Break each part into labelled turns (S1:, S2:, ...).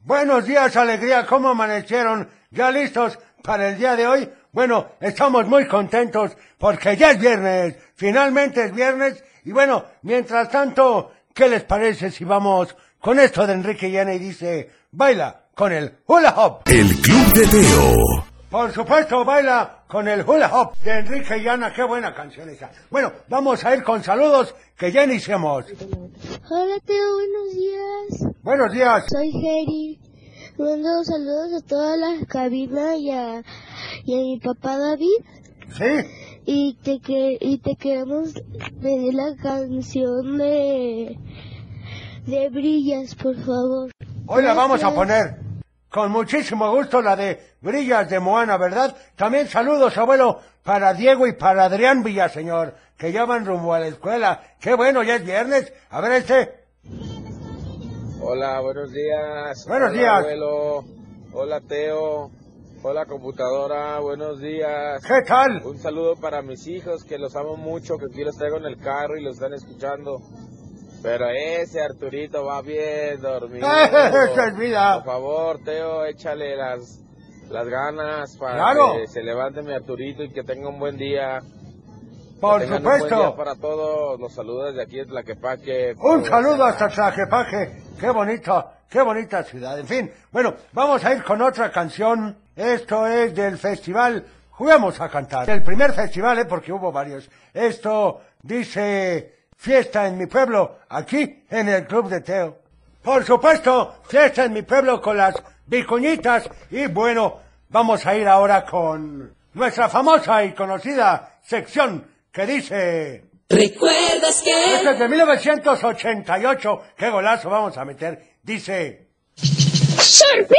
S1: Buenos días, alegría, ¿cómo amanecieron? ¿Ya listos para el día de hoy? Bueno, estamos muy contentos porque ya es viernes, finalmente es viernes y bueno, mientras tanto, ¿qué les parece si vamos con esto de Enrique Llana y dice, baila con el hula hop?
S2: El Club de Teo.
S1: Por supuesto, baila con el hula hop de Enrique Llana, qué buena canción esa. Bueno, vamos a ir con saludos que ya iniciamos.
S3: Hola Teo, buenos días.
S1: Buenos días.
S3: Soy Jerry. Mando saludos a toda la cabina y a, y a mi papá David.
S1: ¿Sí?
S3: Y te, que, y te queremos pedir la canción de, de Brillas, por favor.
S1: Hoy la
S3: Gracias.
S1: vamos a poner con muchísimo gusto la de Brillas de Moana, ¿verdad? También saludos, abuelo, para Diego y para Adrián Villaseñor, que ya van rumbo a la escuela. Qué bueno, ya es viernes. A ver este.
S4: Hola, buenos días.
S1: Buenos
S4: Hola,
S1: días.
S4: Abuelo. Hola, Teo. Hola, computadora. Buenos días.
S1: ¿Qué tal?
S4: Un saludo para mis hijos que los amo mucho, que aquí los traigo en el carro y los están escuchando. Pero ese Arturito va bien dormido.
S1: Esa es vida.
S4: Por favor, Teo, échale las, las ganas para
S1: Claro.
S4: que se levante mi Arturito y que tenga un buen día. Que
S1: Por
S4: tengan un buen día
S1: supuesto.
S4: para todos. Los saludos de aquí de Tlaquepaque.
S1: Un saludo hasta Tlaquepaque. Qué bonito, qué bonita ciudad. En fin, bueno, vamos a ir con otra canción. Esto es del festival Juguemos a Cantar. El primer festival, ¿eh? porque hubo varios. Esto dice Fiesta en mi pueblo, aquí en el Club de Teo. Por supuesto, Fiesta en mi pueblo con las vicuñitas. Y bueno, vamos a ir ahora con nuestra famosa y conocida sección que dice...
S5: ¿Recuerdas que?
S1: Este es de 1988. ¡Qué golazo vamos a meter! Dice...
S6: ¡Sorpresa!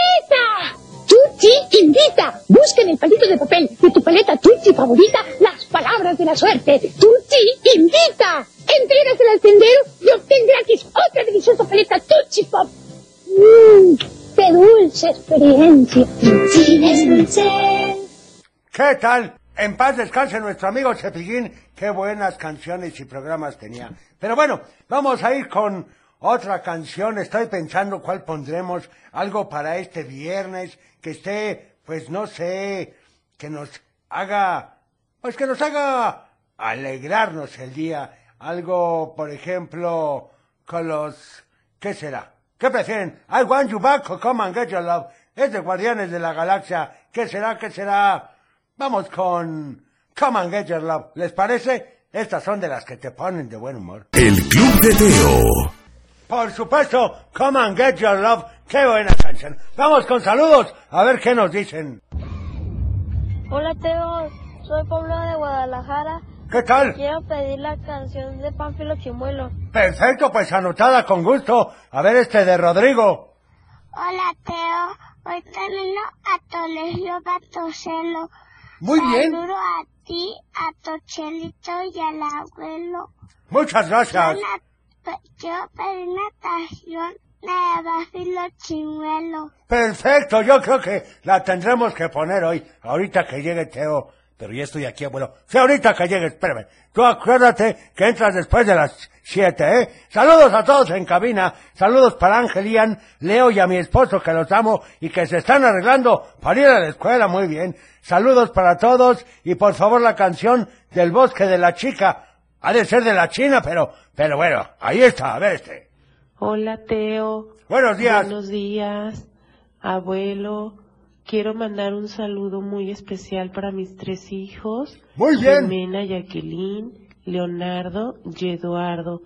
S6: Tutti invita. Busca en el palito de papel de tu paleta Tutti favorita las palabras de la suerte. Tutti invita. Entregas el tendero y obtén gratis otra deliciosa paleta Tutti Pop. ¡Mmm! ¡Qué dulce experiencia!
S5: Tienes dulce.
S1: ¿Qué tal? En paz descanse nuestro amigo Cepillín. Qué buenas canciones y programas tenía. Pero bueno, vamos a ir con otra canción. Estoy pensando cuál pondremos. Algo para este viernes que esté, pues no sé, que nos haga, pues que nos haga alegrarnos el día. Algo, por ejemplo, con los, ¿qué será? ¿Qué prefieren? I want you back o come and get your love. Es de Guardianes de la Galaxia. ¿Qué será? ¿Qué será? Vamos con Come and get your love. ¿Les parece? Estas son de las que te ponen de buen humor.
S2: El Club de Teo.
S1: Por supuesto, Come and get your love. Qué buena canción. Vamos con saludos a ver qué nos dicen.
S3: Hola Teo, soy Pablo de Guadalajara.
S1: ¿Qué tal?
S3: Quiero pedir la canción de Pánfilo Chimuelo.
S1: Perfecto, pues anotada con gusto. A ver este de Rodrigo.
S3: Hola Teo, hoy camino a Toledo Batocelo.
S1: Muy bien.
S3: Saludo a ti, a Tochelito y al abuelo.
S1: Muchas gracias.
S3: Una, pe- quiero pedir una canción de Bafilo Chimuelo.
S1: Perfecto, yo creo que la tendremos que poner hoy, ahorita que llegue Teo. Pero ya estoy aquí, abuelo. Sí, ahorita que llegue, espérame. Tú acuérdate que entras después de las siete, ¿eh? Saludos a todos en cabina. Saludos para Ángel Ian, Leo y a mi esposo que los amo y que se están arreglando para ir a la escuela. Muy bien. Saludos para todos y por favor la canción del bosque de la chica. Ha de ser de la China, pero, pero bueno, ahí está, a ver este.
S7: Hola Teo,
S1: Buenos días.
S7: buenos días, abuelo. Quiero mandar un saludo muy especial para mis tres hijos.
S1: Muy bien.
S7: Jimena, Jacqueline, Leonardo y Eduardo,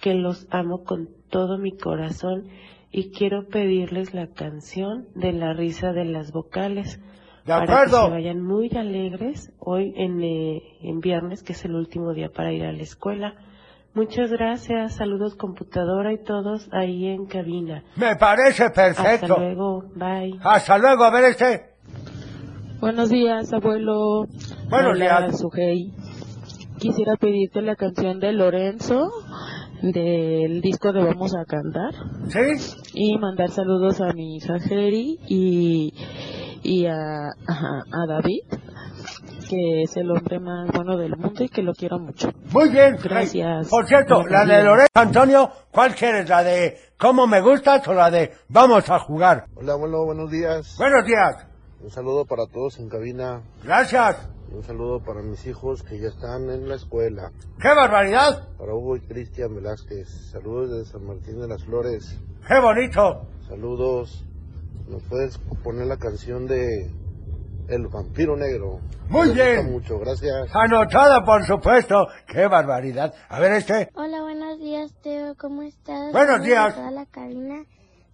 S7: que los amo con todo mi corazón y quiero pedirles la canción de la risa de las vocales.
S1: De
S7: Para que
S1: acuerdo.
S7: se vayan muy alegres hoy en, eh, en viernes, que es el último día para ir a la escuela. Muchas gracias, saludos computadora y todos ahí en cabina.
S1: Me parece perfecto.
S7: Hasta luego, bye.
S1: Hasta luego, a ver este.
S8: Buenos días, abuelo.
S1: Buenos
S8: Hola,
S1: días.
S8: Sugey. Quisiera pedirte la canción de Lorenzo del disco de Vamos a Cantar
S1: ¿Sí?
S8: y mandar saludos a mi hija Jerry y, y a, ajá, a David que es el hombre más bueno del mundo y que lo quiero mucho.
S1: Muy bien,
S8: Gracias.
S1: Por cierto, la de Lorenzo Antonio, ¿cuál quieres? ¿La de cómo me gustas o la de vamos a jugar?
S9: Hola, abuelo, buenos días.
S1: Buenos días,
S9: Un saludo para todos en cabina.
S1: gracias.
S9: Y un saludo para mis hijos que ya están en la escuela.
S1: ¡Qué barbaridad!
S9: Para Hugo y Cristian Velázquez. Saludos desde San Martín de las Flores.
S1: ¡Qué bonito!
S9: Saludos. ¿Nos puedes poner la canción de El vampiro negro?
S1: Muy
S9: Me gusta
S1: bien.
S9: mucho, gracias.
S1: Anotada, por supuesto. ¡Qué barbaridad! A ver este.
S3: Hola, buenos días, Teo. ¿Cómo estás?
S1: Buenos
S3: Saludos
S1: días.
S3: a toda la cabina.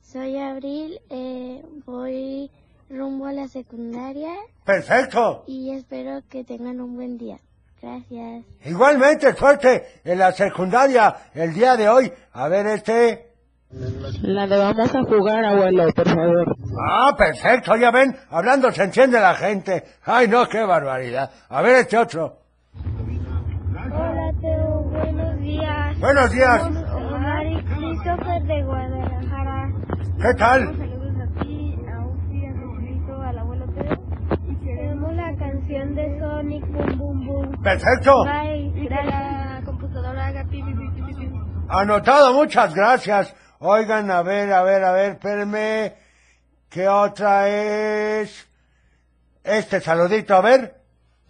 S3: Soy Abril. eh, voy rumbo a la secundaria
S1: Perfecto.
S3: y espero que tengan un buen día. Gracias.
S1: Igualmente suerte en la secundaria el día de hoy. A ver este.
S8: La de vamos a jugar, abuelo, por favor.
S1: Ah, perfecto, ya ven, hablando se entiende la gente. Ay, no, qué barbaridad. A ver este otro.
S3: Hola, Teo. Buenos días.
S1: Buenos días.
S3: Omar y Christopher de Guadalajara.
S1: ¿Qué tal?
S3: Saludos a ti, a Ufi, a Jesucristo, al abuelo Teo. Y queremos la canción de Sonic Boom Boom Boom.
S10: Oh.
S1: Perfecto.
S3: Bye. la computadora haga pi, pi, pi, pi, pi, pi.
S1: Anotado, muchas gracias. Oigan, a ver, a ver, a ver, espérenme. ¿Qué otra es? Este saludito, a ver.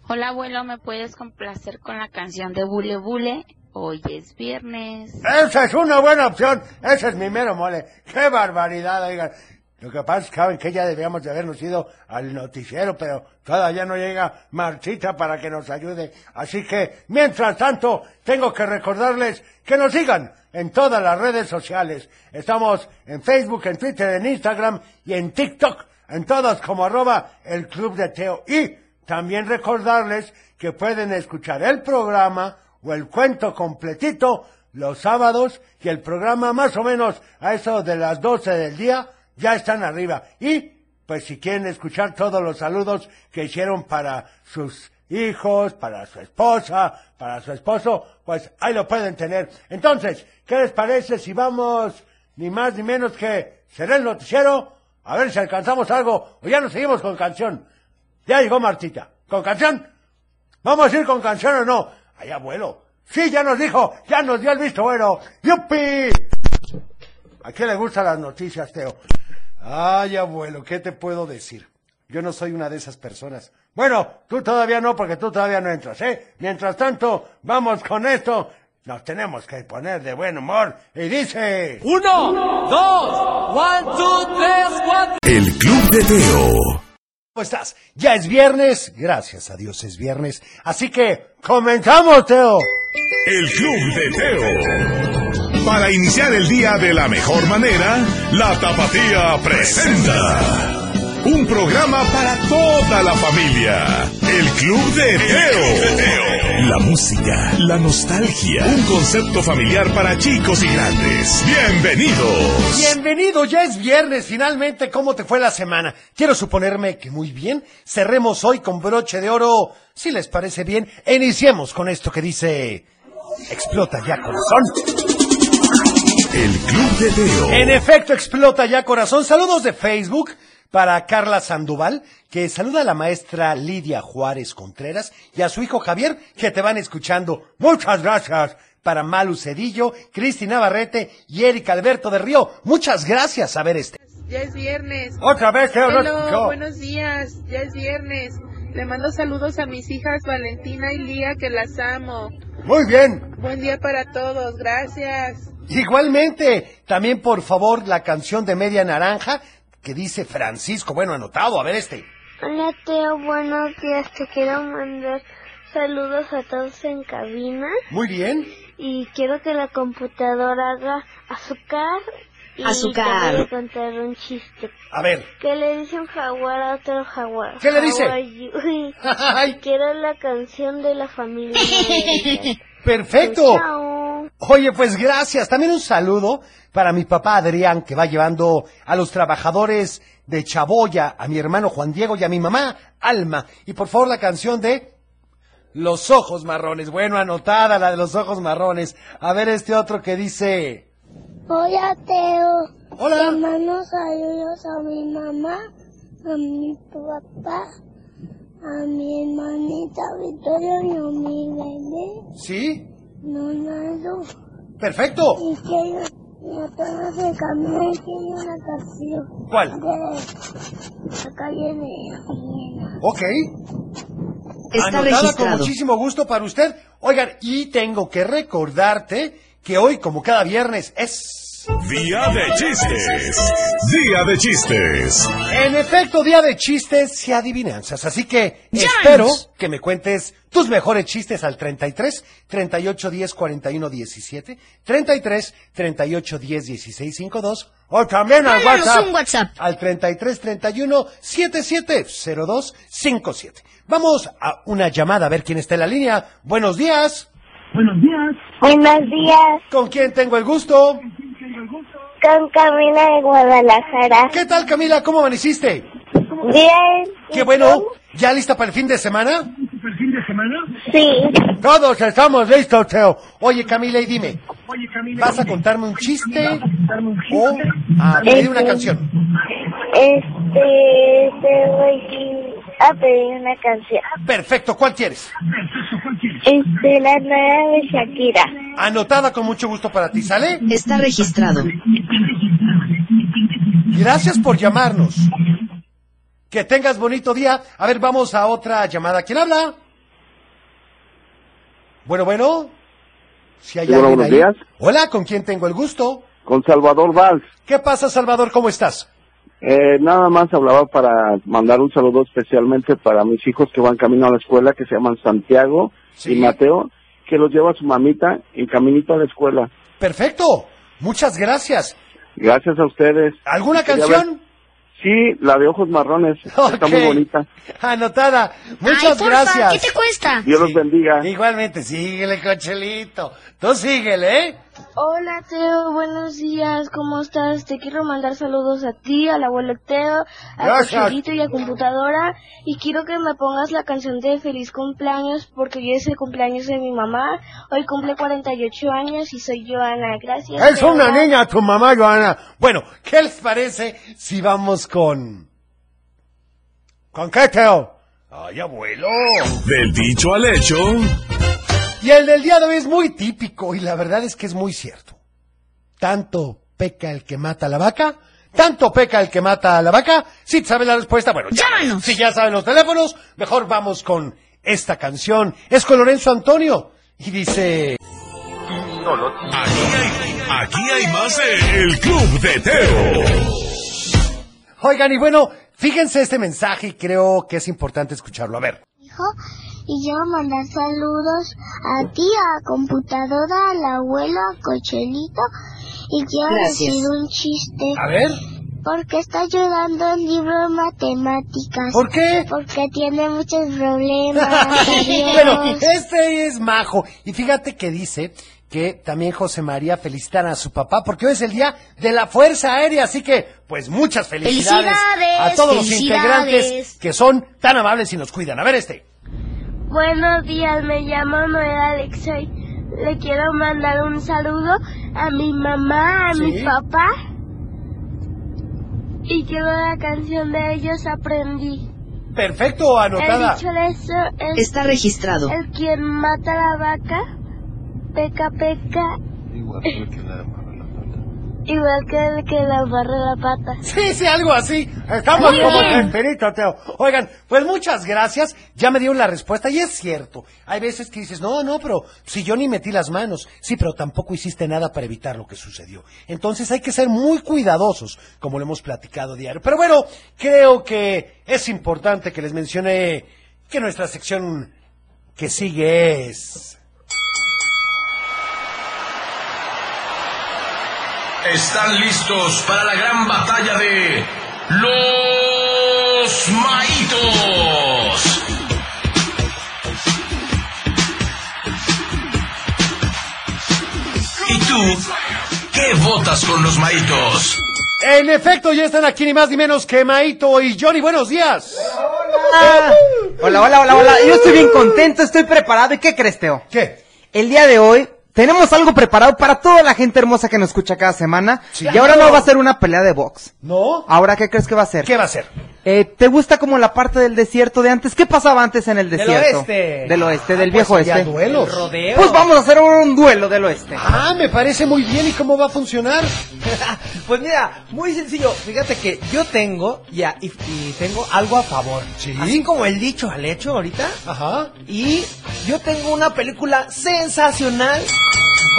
S11: Hola abuelo, ¿me puedes complacer con la canción de Bule Bule? Hoy es viernes.
S1: Esa es una buena opción. Ese es mi mero mole. ¡Qué barbaridad, oigan! Lo que pasa es que saben que ya debíamos de habernos ido al noticiero, pero todavía no llega Marchita para que nos ayude. Así que, mientras tanto, tengo que recordarles que nos sigan en todas las redes sociales. Estamos en Facebook, en Twitter, en Instagram y en TikTok. En todas como arroba el Club de Teo. Y también recordarles que pueden escuchar el programa o el cuento completito los sábados y el programa más o menos a eso de las 12 del día ya están arriba. Y pues si quieren escuchar todos los saludos que hicieron para sus hijos, para su esposa, para su esposo, pues ahí lo pueden tener. Entonces, ¿qué les parece si vamos ni más ni menos que será el noticiero? A ver si alcanzamos algo o ya nos seguimos con canción. Ya llegó Martita. ¿Con canción? ¿Vamos a ir con canción o no? Ay, abuelo. Sí, ya nos dijo, ya nos dio el visto bueno. ¡Yupi! ¿A qué le gustan las noticias, Teo? Ay, abuelo, ¿qué te puedo decir? Yo no soy una de esas personas. Bueno, tú todavía no, porque tú todavía no entras, ¿eh? Mientras tanto, vamos con esto. Nos tenemos que poner de buen humor. Y dice...
S2: El Club de Teo.
S1: ¿Cómo estás? Ya es viernes. Gracias a Dios es viernes. Así que, comenzamos, Teo.
S2: El Club de Teo. Para iniciar el día de la mejor manera, la Tapatía presenta un programa para toda la familia. El Club de Teo. La música, la nostalgia, un concepto familiar para chicos y grandes. Bienvenidos.
S1: Bienvenido, ya es viernes, finalmente, ¿cómo te fue la semana? Quiero suponerme que muy bien, cerremos hoy con broche de oro, si les parece bien, e iniciemos con esto que dice... Explota ya corazón.
S2: El Club de Teo.
S1: En efecto, explota ya corazón. Saludos de Facebook para Carla Sandoval, que saluda a la maestra Lidia Juárez Contreras y a su hijo Javier, que te van escuchando. Muchas gracias. Para Malu Cedillo, Cristi Navarrete y Erika Alberto de Río. Muchas gracias a ver este.
S8: Ya es viernes.
S1: Otra vez, Teo, no escuchó.
S8: buenos días. Ya es viernes. Le mando saludos a mis hijas Valentina y Lía, que las amo.
S1: Muy bien.
S8: Buen día para todos. Gracias.
S1: Igualmente, también por favor la canción de Media Naranja que dice Francisco. Bueno, anotado, a ver este.
S3: Hola Teo, buenos días. Te quiero mandar saludos a todos en cabina
S1: Muy bien.
S3: y quiero que la computadora haga azúcar. Y
S5: Azúcar.
S3: te voy a contar un chiste.
S1: A ver.
S3: ¿Qué le dice un jaguar a otro jaguar?
S1: ¿Qué le dice?
S3: How are you?
S1: Ay,
S3: quiero la canción de la familia. Madrigal.
S12: Pues
S1: perfecto.
S3: Chao.
S1: Oye, pues gracias. También un saludo para mi papá Adrián, que va llevando a los trabajadores de Chaboya, a mi hermano Juan Diego y a mi mamá Alma. Y por favor la canción de Los Ojos Marrones. Bueno, anotada la de Los Ojos Marrones. A ver este otro que dice...
S3: Hola Teo.
S1: Hola.
S3: Le mando saludos a mi mamá, a mi papá,
S12: A mi hermanita Victoria y a mi bebé,
S10: ¿Sí?
S12: Leonardo.
S10: Perfecto.
S12: Y que ellos no todos se camino y tienen una canción.
S10: ¿Cuál?
S12: De la calle de
S10: Ok.
S1: Está
S10: Anotada
S1: registrado.
S10: con muchísimo gusto para usted. Oigan, y tengo que recordarte que hoy, como cada viernes, es...
S2: Día de chistes. Día de chistes.
S10: En efecto, día de chistes y adivinanzas. Así que espero que me cuentes tus mejores chistes al 33 38 10 41 17, 33 38 10 16 52 o también al
S1: Mándanos
S10: WhatsApp,
S1: un WhatsApp.
S10: al 33 31 77 02 57. Vamos a una llamada a ver quién está en la línea. Buenos días.
S13: Buenos días.
S10: Buenos días. ¿Con quién tengo el gusto?
S13: Con Camila de Guadalajara.
S10: ¿Qué tal, Camila? ¿Cómo amaneciste?
S13: Bien.
S10: Qué bueno. ¿Ya lista para el fin de semana?
S13: ¿El fin de semana?
S10: Sí. Todos estamos listos, Teo. Oye, Camila, y dime,
S13: Oye, Camila.
S10: ¿vas a contarme un chiste
S13: un
S10: o a pedir una
S13: Este,
S10: canción?
S13: Este, te voy a pedir una canción.
S10: Perfecto, ¿cuál quieres?
S13: Este, la nueva de Shakira.
S10: Anotada con mucho gusto para ti, ¿sale?
S1: Está registrado.
S10: Gracias por llamarnos. Que tengas bonito día. A ver, vamos a otra llamada. ¿Quién habla? Bueno, bueno. Si hay
S11: Sí, bueno,
S10: alguien
S11: buenos
S10: ahí.
S11: días.
S10: Hola, ¿con quién tengo el gusto?
S11: Con Salvador Valls.
S10: ¿Qué pasa, Salvador? ¿Cómo estás?
S11: Eh, nada más hablaba para mandar un saludo especialmente para mis hijos que van camino a la escuela, que se llaman Santiago y Mateo, que los lleva su mamita en caminito a la escuela.
S10: Perfecto. Muchas gracias.
S11: Gracias a ustedes.
S10: ¿Alguna
S11: Quería
S10: canción?
S11: ver- Sí, la de Ojos Marrones. Está muy
S10: Ok.
S11: bonita.
S10: Anotada. Muchas
S1: porfa,
S10: gracias.
S1: ¿qué te cuesta?
S11: Dios los bendiga.
S10: Igualmente, síguele, cochelito. Tú síguele, ¿eh?
S3: Hola Teo, buenos días, ¿cómo estás? Te quiero mandar saludos a ti, al abuelo Teo, a
S10: Gracias.
S3: Cochelito y a Computadora. Y quiero que me pongas la canción de Feliz Cumpleaños porque hoy es el cumpleaños de mi mamá. Hoy cumple 48 años y soy Joana. Gracias.
S10: Es
S3: Teo.
S10: una niña, tu mamá, Joana. Bueno, ¿qué les parece si vamos con. ¿Con qué, Teo? ¡Ay, abuelo!
S2: Del dicho al hecho.
S10: Y el del día de hoy es muy típico y la verdad es que es muy cierto. Tanto peca el que mata a la vaca, tanto peca el que mata a la vaca. Si sabes la respuesta, bueno, llámanos. Si ya saben los teléfonos, mejor vamos con esta canción. Es con Lorenzo Antonio y dice...
S2: Aquí hay, aquí hay más de El Club de Teo.
S10: Oigan, y bueno, fíjense este mensaje y creo que es importante escucharlo. A ver.
S12: hijo y yo mandar saludos a ti, a computadora, al abuelo, a Cochelito y quiero
S13: Gracias.
S12: decir un chiste.
S13: A ver.
S12: ¿Por qué está llorando el libro de matemáticas?
S10: ¿Por qué?
S12: Porque tiene muchos problemas. Adiós.
S10: bueno, este es Majo. Y fíjate que dice que también José María felicitan a su papá porque hoy es el día de la Fuerza Aérea. Así que, pues muchas felicidades,
S3: Felicidades,
S10: a todos los
S3: felicidades.
S10: integrantes que son tan amables y nos cuidan. A ver este.
S3: Buenos días, me llamo Noel Alexei. Le quiero mandar un saludo a mi mamá, a mi papá. Y quiero la canción de ellos aprendí.
S10: Perfecto, anotada.
S3: El dicho de eso es-
S10: Está registrado.
S3: El quien mata la vaca, peca, peca, igual que el que la barre la pata.
S10: Sí, sí, algo así. Estamos
S3: Muy
S10: como
S3: bien.
S10: temperito, Teo. Oigan, pues muchas gracias. Ya me dieron la respuesta y es cierto. Hay veces que dices, no, no, pero si yo ni metí las manos. Sí, pero tampoco hiciste nada para evitar lo que sucedió. Entonces hay que ser muy cuidadosos, como lo hemos platicado diario. Pero bueno, creo que es importante que les mencione que nuestra sección que sigue es...
S4: Están listos para la gran batalla de los maitos. ¿Y tú qué votas con los maitos?
S10: En efecto, ya están aquí ni más ni menos que Maito y Johnny. Buenos días.
S14: Hola, hola, hola, hola. Yo estoy bien contento, estoy preparado. ¿Y qué crees, Teo?
S10: ¿Qué?
S14: El día de hoy tenemos algo preparado para toda la gente hermosa que nos escucha cada semana. Y ahora no va a ser una pelea de box.
S10: ¿No?
S14: ¿Ahora qué crees que va a ser?
S10: ¿Qué va a ser?
S14: Eh, ¿Te gusta como la parte del desierto de antes? ¿Qué pasaba antes en el
S15: Del
S14: desierto?
S15: oeste.
S14: Del oeste, del
S15: Ah,
S14: viejo
S15: pues, ya
S14: oeste.
S15: duelos. El rodeo.
S14: Pues vamos a hacer ahora un duelo del oeste.
S15: Ah, me parece muy bien. ¿Y cómo va a funcionar? pues mira, muy sencillo. Fíjate que yo tengo y, a- y- y tengo algo a favor. Así como el dicho al hecho ahorita. Ajá. Y yo tengo una película sensacional.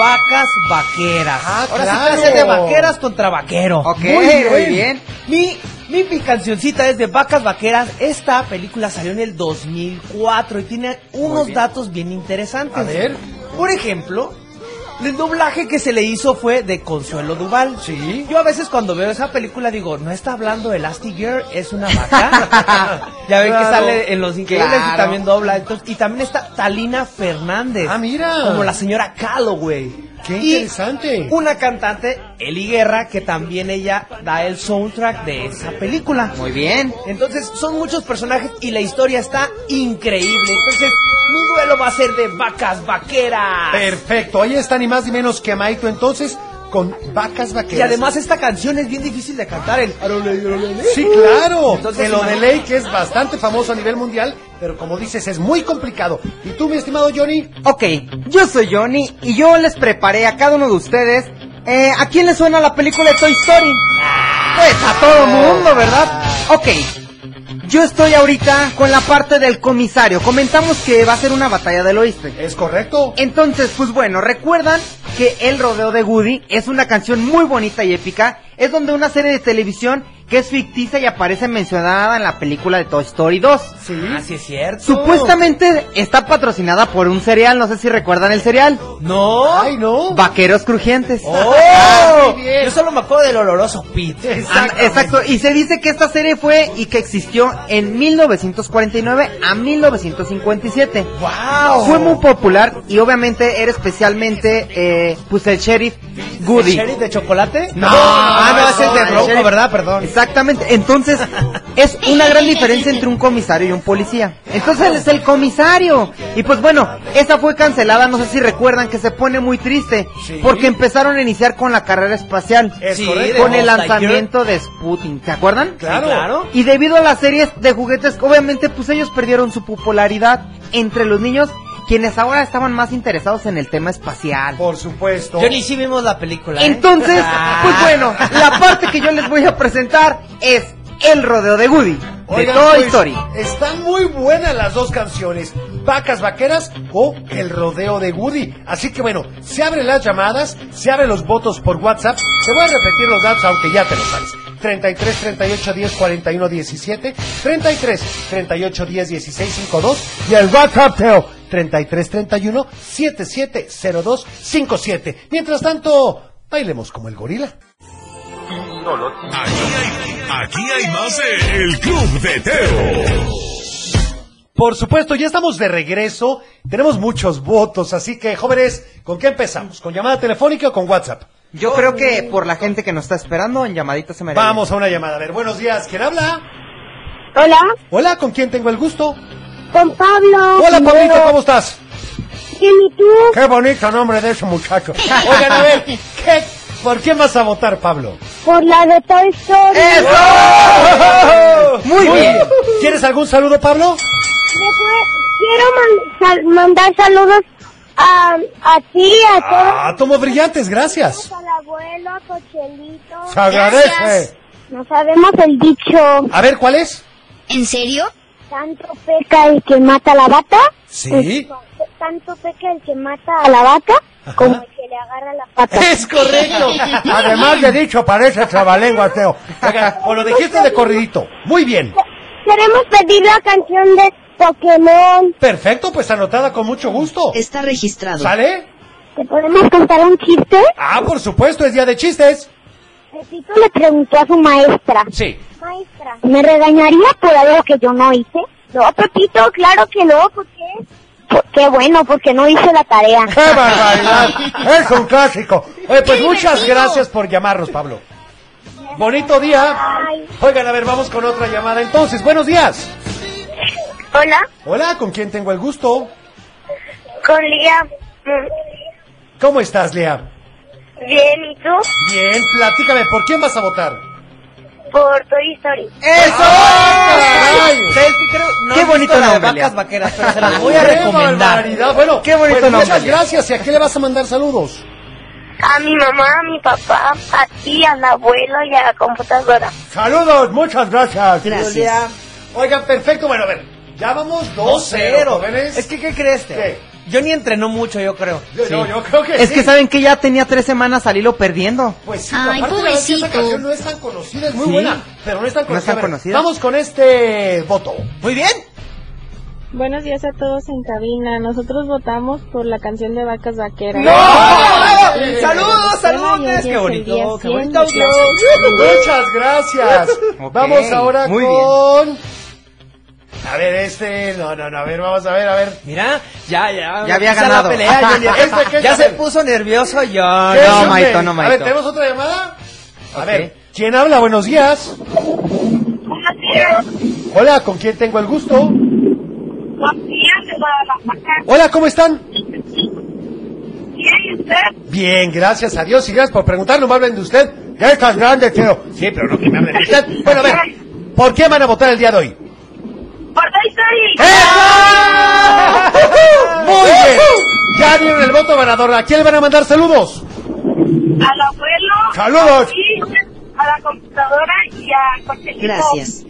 S15: Vacas vaqueras. Ah,
S10: Ah,
S15: Ahora
S14: claro.
S15: sí clase de vaqueras contra vaquero.
S14: Ok, muy bien.
S15: Mi, mi, mi cancioncita es de Vacas Vaqueras. Esta película salió en el 2004 y tiene unos datos bien interesantes.
S10: A ver.
S15: Por ejemplo, el doblaje que se le hizo fue de Consuelo Duval. Sí. Yo a veces cuando veo esa película digo, no está hablando Elastigirl, es una vaca. ya ven
S14: Claro.
S15: que sale en Los Increíbles
S14: Claro.
S15: y también dobla. Entonces, y también está Talina Fernández. Ah, mira. Como la señora Calloway. Qué interesante. Una cantante, Eli Guerra, que también ella da el soundtrack de esa película.
S14: Muy bien.
S15: Entonces, son muchos personajes y la historia está increíble. Entonces, mi duelo va a ser de vacas vaqueras.
S10: Perfecto, ahí está ni más ni menos que Maito entonces con vacas vaqueras.
S15: Y además esta canción es bien difícil de cantar. El
S10: Sí, claro.
S15: uh, Entonces,
S10: de lo de
S15: imagínate.
S10: ley que es bastante famoso a nivel mundial, pero como dices es muy complicado. ¿Y tú, mi estimado Johnny?
S14: Ok, yo soy Johnny y yo les preparé a cada uno de ustedes. eh, ¿A quién le suena la película de Toy Story? Pues a todo mundo, ¿verdad? Ok, yo estoy ahorita con la parte del comisario. Comentamos que va a ser una batalla del oeste.
S10: Es correcto.
S14: Entonces, pues bueno, recuerdan que El Rodeo de Woody es una canción muy bonita y épica. Es donde una serie de televisión que es ficticia y aparece mencionada en la película de Toy Story 2.
S15: Ah, Sí. Así es cierto.
S14: Supuestamente está patrocinada por un cereal, no sé si recuerdan el cereal.
S15: No. Ay,
S10: no.
S14: Vaqueros crujientes.
S15: ¡Oh! Yo solo me acuerdo del oloroso Pete.
S14: Ah, Exacto, y se dice que esta serie fue y que existió en 1949 a 1957.
S15: ¡Wow!
S14: Fue muy popular y obviamente era especialmente, eh, pues el sheriff Goody.
S15: ¿El sheriff de chocolate?
S14: No,
S15: Ah, no, ese es de
S14: rojo,
S15: Rocco, ¿verdad? Perdón.
S14: Exactamente. Entonces, es una gran diferencia entre un comisario y un policía. Entonces, él es el comisario. Y pues bueno, esa fue cancelada, no sé si recuerdan, que se pone muy triste.
S15: Sí.
S14: Porque empezaron a iniciar con la carrera espacial.
S15: Es Sí, correcto.
S14: Con
S15: de
S14: el
S15: Buzz
S14: lanzamiento de Sputnik. ¿Se acuerdan?
S15: Claro. claro.
S14: Y debido a las series de juguetes, obviamente, pues ellos perdieron su popularidad entre los niños, quienes ahora estaban más interesados en el tema espacial.
S10: Por supuesto.
S15: Yo ni sí vimos la película. ¿eh?
S14: Entonces,
S15: Ah.
S14: pues bueno, la parte que yo les voy a presentar es el rodeo de Woody, de
S10: Oigan,
S14: Toy
S10: pues,
S14: Story.
S10: Están muy buenas las dos canciones, Vacas Vaqueras o El Rodeo de Woody. Así que bueno, se abren las llamadas, se abren los votos por WhatsApp. Te voy a repetir los datos, aunque ya te los sabes. 33 38 10 41 17, 33 38 10 16 52 y el WhatsApp Teo 33 31 77 02 57. Mientras tanto, bailemos como el gorila.
S2: Aquí hay, aquí hay más de El Club de Teo.
S10: Por supuesto, ya estamos de regreso. Tenemos muchos votos, así que jóvenes, ¿con qué empezamos? ¿Con llamada telefónica o con WhatsApp?
S14: Yo
S15: Oh.
S14: creo que por la gente que nos está esperando, en llamadita se merece.
S10: Vamos a una llamada. A ver, buenos días. ¿Quién habla?
S13: Hola.
S10: Hola, ¿con quién tengo el gusto?
S13: Con Pablo.
S10: Hola, Pablito, ¿cómo estás?
S13: Bien, ¿y tú?
S10: Qué bonito nombre de ese muchacho. Oigan, a ver, ¿qué- ¿por quién vas a votar, Pablo?
S13: Por la de Toy Story.
S14: Muy bien.
S10: ¿Quieres algún saludo, Pablo?
S13: Me fue- Quiero man- sal- mandar saludos a, a ti, a todos.
S10: Ah, tomo brillantes, gracias.
S13: Al abuelo, a Cochelito.
S10: Se agradece.
S13: No sabemos el dicho.
S10: A ver, ¿cuál es?
S13: ¿En serio? Tanto peca el que mata a la vaca.
S14: Este,
S10: Sí.
S13: Tanto peca el que mata a la vaca como el que le agarra la pata.
S10: Es correcto.
S1: Además de dicho, parece trabalengua, Teo.
S10: Oigan, o lo dijiste de corridito. Muy bien.
S13: Queremos pedir la canción de Pokémon.
S10: Perfecto, pues anotada con mucho gusto.
S16: Está registrado.
S10: ¿Sale?
S13: ¿Te podemos contar un chiste?
S10: Ah, por supuesto, es día de chistes.
S13: Pepito le preguntó a su maestra.
S10: Sí.
S13: Maestra, ¿me regañaría por algo que yo no hice? No, Pepito, claro que no, ¿por qué? Por- qué bueno, porque no hice la tarea.
S1: ¡Qué barbaridad! ¡Es un clásico!
S10: Oye, pues muchas gracias por llamarnos, Pablo. Bonito día. Oigan, a ver, vamos con otra llamada entonces. Buenos días.
S13: Hola,
S10: Hola, ¿con quién tengo el gusto?
S13: con Lía.
S10: ¿Cómo estás, Lea?
S13: Bien, ¿y tú?
S10: Bien, platícame, ¿por quién vas a votar?
S13: Por Toy Story.
S14: ¡Eso!
S13: ¡Ay,
S15: ¿Sabes qué creo? No
S14: Qué
S15: he
S14: bonito ¿Eh?
S15: visto la de
S14: nombre,
S15: Vacas
S14: Lea.
S15: vaqueras, pero se las voy a
S10: ¡Qué
S15: recomendar.
S10: barbaridad! Bueno,
S15: Qué bonito
S10: bueno,
S15: nombre.
S10: muchas gracias. ¿Y a qué le vas a mandar saludos?
S13: A mi mamá, a mi papá, a ti, al abuelo y a la computadora.
S1: Saludos, muchas gracias.
S13: Gracias.
S10: Oigan, perfecto. Bueno, a ver, ya vamos 2-0.
S15: 2-0.
S10: jóvenes.
S15: Es que, ¿qué crees, Teo?
S10: ¿Qué?
S15: Johnny entrenó mucho, yo creo.
S10: Yo- no, yo creo que
S14: Es
S10: sí.
S14: que saben que ya tenía tres semanas al hilo perdiendo.
S10: Pues sí,
S14: Ay,
S10: aparte de que esa
S14: pobrecito.
S10: canción no es tan conocida, es muy
S14: Sí.
S10: buena, pero no es tan
S14: No es
S10: conocida.
S14: tan
S10: A ver,
S14: conocida.
S10: Vamos con este voto.
S15: Muy bien.
S17: Buenos días a todos en cabina. Nosotros votamos por la canción de Vacas Vaqueras.
S15: ¡No! ¡Saludos, saludos!
S17: Bueno, y hoy
S15: ¡Qué
S17: es el
S15: bonito,
S17: día
S15: qué
S17: 100
S15: bonito
S17: de
S15: audio!
S10: Muchas gracias.
S15: Ok,
S10: Vamos ahora
S15: muy
S10: con. A ver, este. No, no, no. A ver, vamos a ver, a ver.
S15: Mira, ya, ya.
S10: Ya había
S15: empieza
S10: ganado.
S15: La pelea, Johnny.
S10: ¿Este qué es,
S15: ya se
S10: Abel?
S15: puso nervioso yo.
S10: ¿Qué es
S15: No,
S10: un
S15: Maito,
S10: mail?
S15: no,
S10: A ver,
S15: Maito.
S10: ¿tenemos otra llamada? A ver, ¿quién habla? Buenos días. Hola, ¿con quién tengo el gusto? Hola, ¿cómo están? Bien, gracias a Dios y gracias por preguntar. No me hablen de usted. Ya estás grande, tío. Sí, pero no que me hablen de usted. Bueno, a ver, ¿por qué van a votar el día de hoy?
S13: Por Toy Story.
S10: Muy bien. Ya dieron el voto ganador. ¿A quién le van a mandar saludos?
S13: Al abuelo.
S10: Saludos.
S13: A la computadora y a Cortelito.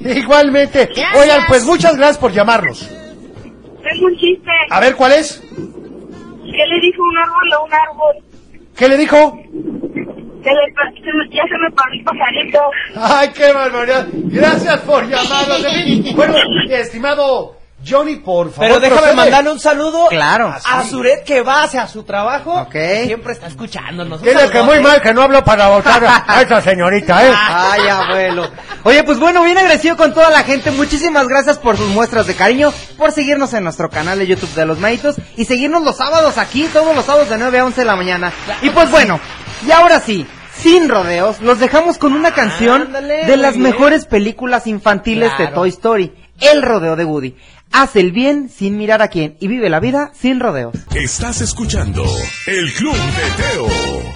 S10: Igualmente.
S13: Gracias.
S10: Oigan, pues muchas gracias por llamarnos.
S13: Tengo un chiste.
S10: A ver, ¿cuál es?
S13: ¿Qué le dijo un árbol a un árbol?
S10: ¿Qué le dijo?
S13: Se le pa- se me- ya se me paró el pajarito.
S10: Ay, qué barbaridad. Gracias por llamarnos. David. Bueno, estimado Johnny, por favor.
S15: Pero déjame
S10: procede.
S15: mandarle un saludo
S10: Claro.
S15: a Suret que va hacia su trabajo. Siempre está escuchándonos. Un ¿eh?
S10: Dile que
S15: saludote.
S10: muy mal que no hablo para votar a esa señorita, ¿eh?
S15: Ah,
S14: Ay, abuelo. Oye, pues bueno, bien agradecido con toda la gente. Muchísimas gracias por sus muestras de cariño, por seguirnos en nuestro canal de YouTube de Los Maitos y seguirnos los sábados aquí, todos los sábados de 9 a 11 de la mañana. Y pues bueno, y ahora sí, sin rodeos, los dejamos con una canción
S15: Ándale,
S14: de
S15: muy
S14: las
S15: bien.
S14: mejores películas infantiles de
S15: Claro.
S14: Toy Story, El Rodeo de Woody. Haz el bien sin mirar a quién y vive la vida sin rodeos.
S2: Estás escuchando el Club de Teo.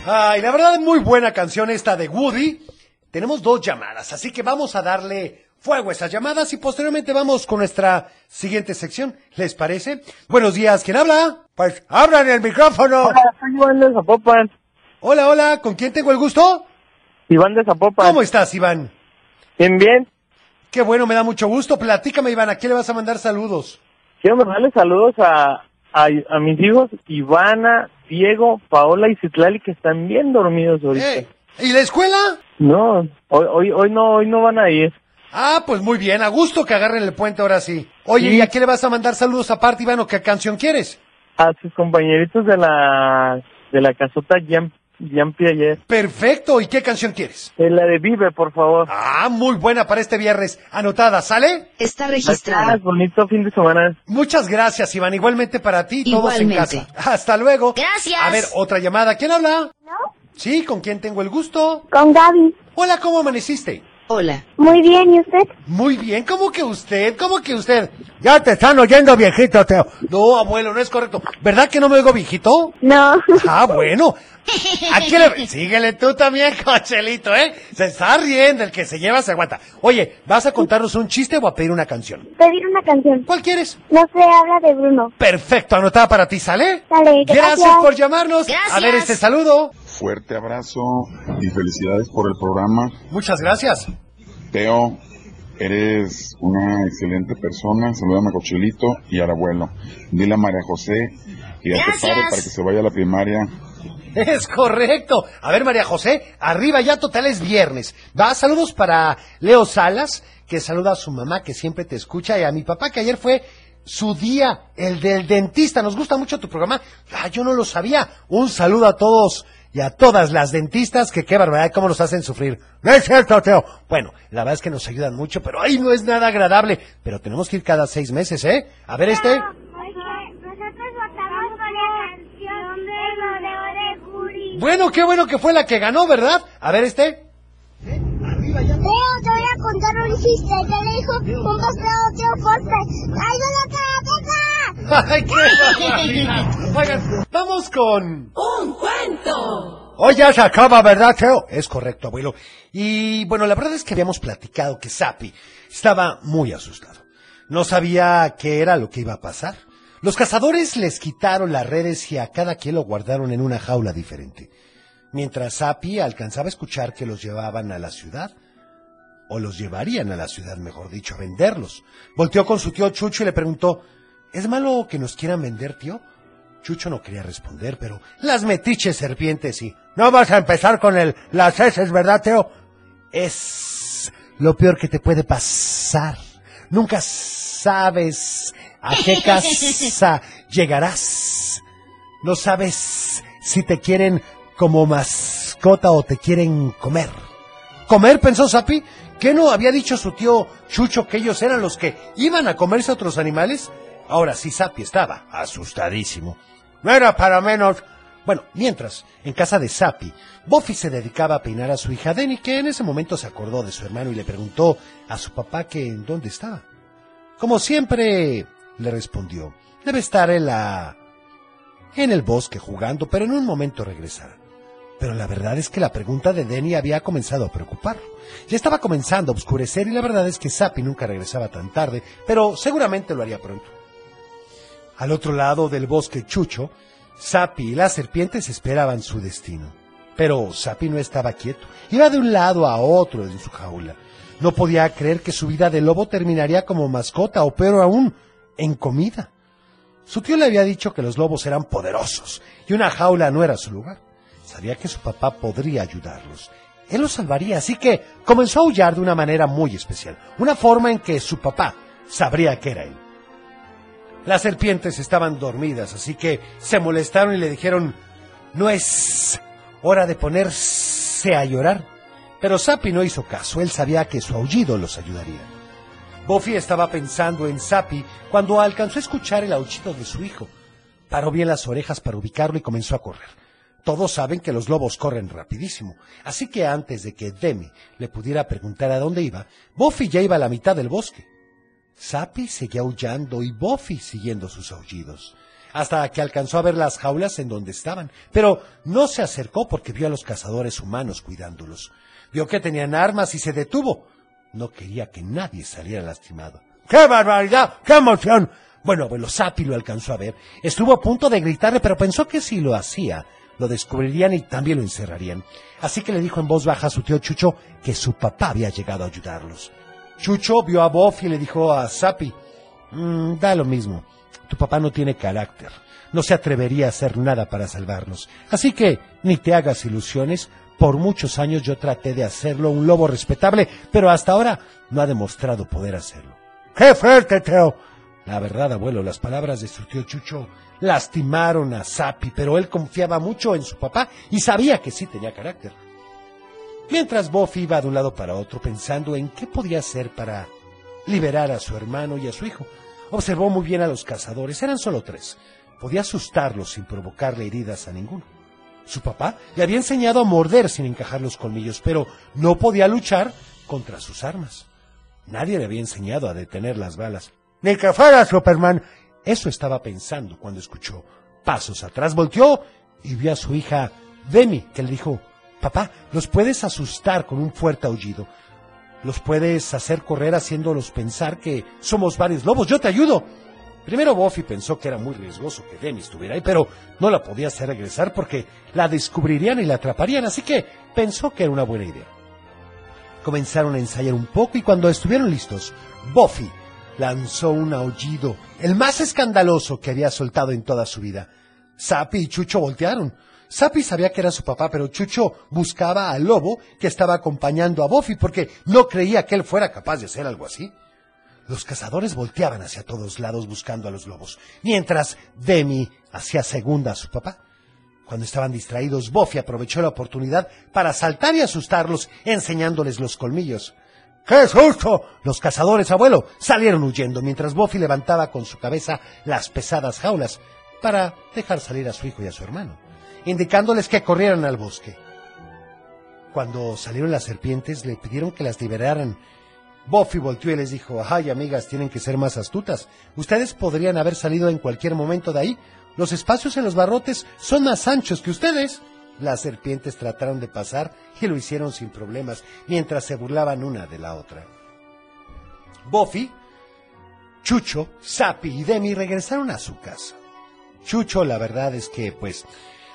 S10: Ay, la verdad, muy buena canción esta de Woody. Tenemos dos llamadas, así que vamos a darle fuego a esas llamadas y posteriormente vamos con nuestra siguiente sección. ¿Les parece? Buenos días, ¿quién habla? Pues abran el micrófono. Hola, soy Iván de Zapopan. Hola, hola, ¿con quién tengo el gusto? Iván de Zapopan. ¿Cómo estás, Iván? Bien, bien. Qué bueno, me da mucho gusto. Platícame, Iván, ¿a quién le vas a mandar saludos?
S18: Quiero mandarle saludos a, a, a mis hijos Ivana, Diego, Paola y Citlali que están bien dormidos
S10: ¡Eh!
S18: ahorita.
S10: ¿Y la escuela?
S18: No, hoy, hoy, hoy no hoy no van a ir.
S10: Ah, pues muy bien, a gusto que agarren el puente ahora sí. Oye,
S18: Sí.
S10: ¿y a quién le vas a mandar saludos aparte, Iván, o qué canción quieres?
S18: A sus compañeritos de la de la casota Jean, Jean Piaget.
S10: Perfecto, ¿y qué canción quieres?
S18: Eh, la de Vive, por favor.
S10: Ah, muy buena para este viernes. Anotada, ¿sale?
S16: Está
S10: registrada.
S18: Gracias, bonito fin de semana.
S10: Muchas gracias, Iván. Igualmente para ti, todos en
S18: Igualmente.
S10: casa. Hasta luego.
S18: Gracias.
S10: A ver, otra llamada. ¿Quién habla? Sí, ¿con quién tengo el gusto?
S13: Con Gaby.
S10: Hola, ¿cómo amaneciste?
S16: Hola.
S13: Muy bien, ¿y usted?
S10: Muy bien, ¿cómo que usted? ¿Cómo que usted? Ya te están oyendo, viejito, Teo. No, abuelo, no es correcto. ¿Verdad que no me oigo, viejito?
S13: No.
S10: Ah, bueno. ¿A quién le- Síguele tú también, cochelito, ¿eh? Se está riendo, el que se lleva se aguanta. Oye, ¿vas a contarnos un chiste o a pedir una canción?
S13: Pedir una canción.
S10: ¿Cuál quieres?
S13: No sé, habla de Bruno.
S10: Perfecto, anotada para ti, ¿sale?
S13: Dale,
S10: Gracias,
S13: gracias
S10: por llamarnos. A
S13: Gracias.
S10: ver este saludo.
S19: Fuerte abrazo y felicidades por el programa.
S10: Muchas gracias.
S19: Teo, eres una excelente persona. Saludame a Cochelito y al abuelo. Dile a María José y a tu padre para que se vaya a la primaria.
S10: Es correcto. A ver, María José, arriba ya total es viernes. Va, saludos para Leo Salas, que saluda a su mamá que siempre te escucha y a mi papá que ayer fue su día, el del dentista. Nos gusta mucho tu programa. Ah, yo no lo sabía. Un saludo a todos y a todas las dentistas que qué barbaridad cómo nos hacen sufrir. No es cierto, Teo. Bueno, la verdad es que nos ayudan mucho, pero ahí no es nada agradable. Pero tenemos que ir cada seis meses, ¿eh? A ver este.
S13: Ah. Nosotros votamos por la canción de Rodeo de Guri.
S10: Bueno, qué bueno que fue la que ganó, ¿verdad? A ver este.
S13: Leo, te voy a contar un chiste que le dijo un pescado a Teo Forte. ¡Ayúdate,
S10: ¡Ay, qué barbaridad! Oigan, vamos con...
S13: ¡Un cuento!
S10: Oh,
S1: Hoy ya se acaba, ¿verdad, Teo?
S10: Es correcto, abuelo. Y bueno, la verdad es que habíamos platicado que Sapi estaba muy asustado. No sabía qué era lo que iba a pasar. Los cazadores les quitaron las redes y a cada quien lo guardaron en una jaula diferente. Mientras Sapi alcanzaba a escuchar que los llevaban a la ciudad, o los llevarían a la ciudad, mejor dicho, a venderlos. Volteó con su tío Chucho y le preguntó, ¿es malo que nos quieran vender, tío? Chucho no quería responder, pero las metiches serpientes sí.
S1: No vas a empezar con el las heces, ¿verdad, Teo?
S10: Es lo peor que te puede pasar. Nunca sabes a qué casa llegarás. No sabes si te quieren como mascota o te quieren comer. ¿Comer? pensó Sapi. ¿Qué no había dicho su tío Chucho que ellos eran los que iban a comerse a otros animales? Ahora sí, Sapi estaba asustadísimo. No era para menos. Bueno, mientras, en casa de Sapi, Buffy se dedicaba a peinar a su hija Denny, que en ese momento se acordó de su hermano y le preguntó a su papá que en dónde estaba. Como siempre, le respondió, debe estar en la... en el bosque jugando, pero en un momento regresará. Pero la verdad es que la pregunta de Denny había comenzado a preocuparlo. Ya estaba comenzando a oscurecer y la verdad es que Sapi nunca regresaba tan tarde, pero seguramente lo haría pronto. Al otro lado del bosque Chucho, Sapi y las serpientes esperaban su destino. Pero Sapi no estaba quieto. Iba de un lado a otro en su jaula. No podía creer que su vida de lobo terminaría como mascota o peor aún, en comida. Su tío le había dicho que los lobos eran poderosos y una jaula no era su lugar. Sabía que su papá podría ayudarlos. Él los salvaría, así que comenzó a aullar de una manera muy especial, una forma en que su papá sabría que era él. Las serpientes estaban dormidas, así que se molestaron y le dijeron, no es hora de ponerse a llorar. Pero Sapi no hizo caso, él sabía que su aullido los ayudaría. Buffy estaba pensando en Sapi cuando alcanzó a escuchar el aullido de su hijo. Paró bien las orejas para ubicarlo y comenzó a correr. Todos saben que los lobos corren rapidísimo, así que antes de que Demi le pudiera preguntar a dónde iba, Buffy ya iba a la mitad del bosque. Sapi seguía aullando y Buffy siguiendo sus aullidos, hasta que alcanzó a ver las jaulas en donde estaban, pero no se acercó porque vio a los cazadores humanos cuidándolos. Vio que tenían armas y se detuvo. No quería que nadie saliera lastimado. ¡Qué barbaridad! ¡Qué emoción! Bueno, abuelo Sapi lo alcanzó a ver. Estuvo a punto de gritarle, pero pensó que si lo hacía, lo descubrirían y también lo encerrarían. Así que le dijo en voz baja a su tío Chucho que su papá había llegado a ayudarlos. Chucho vio a Buffy y le dijo a Sapi, "Mm, da lo mismo, tu papá no tiene carácter, no se atrevería a hacer nada para salvarnos, así que ni te hagas ilusiones, por muchos años yo traté de hacerlo un lobo respetable, pero hasta ahora no ha demostrado poder hacerlo. ¡Qué fuerte, Teo! La verdad, abuelo, las palabras de su tío Chucho lastimaron a Sapi, pero él confiaba mucho en su papá y sabía que sí tenía carácter. Mientras Buffy iba de un lado para otro pensando en qué podía hacer para liberar a su hermano y a su hijo, observó muy bien a los cazadores. Eran solo tres. Podía asustarlos sin provocarle heridas a ninguno. Su papá le había enseñado a morder sin encajar los colmillos, pero no podía luchar contra sus armas. Nadie le había enseñado a detener las balas. Ni que fuera Superman. Eso estaba pensando cuando escuchó pasos atrás, volteó y vio a su hija Demi, que le dijo, papá, los puedes asustar con un fuerte aullido. Los puedes hacer correr haciéndolos pensar que somos varios lobos. Yo te ayudo. Primero Buffy pensó que era muy riesgoso que Demi estuviera ahí, pero no la podía hacer regresar porque la descubrirían y la atraparían, así que pensó que era una buena idea. Comenzaron a ensayar un poco y cuando estuvieron listos, Buffy lanzó un aullido, el más escandaloso que había soltado en toda su vida. Sapi y Chucho voltearon. Sapi sabía que era su papá, pero Chucho buscaba al lobo que estaba acompañando a Buffy porque no creía que él fuera capaz de hacer algo así. Los cazadores volteaban hacia todos lados buscando a los lobos, mientras Demi hacía segunda a su papá. Cuando estaban distraídos, Buffy aprovechó la oportunidad para saltar y asustarlos, enseñándoles los colmillos. ¡Qué susto! Los cazadores, abuelo, salieron huyendo, mientras Buffy levantaba con su cabeza las pesadas jaulas para dejar salir a su hijo y a su hermano, indicándoles que corrieran al bosque. Cuando salieron las serpientes, le pidieron que las liberaran. Buffy volteó y les dijo, ay amigas, tienen que ser más astutas. Ustedes podrían haber salido en cualquier momento de ahí. Los espacios en los barrotes son más anchos que ustedes. las serpientes trataron de pasar y lo hicieron sin problemas, mientras se burlaban una de la otra. Buffy, Chucho, Sapi y Demi regresaron a su casa. Chucho, la verdad es que, pues,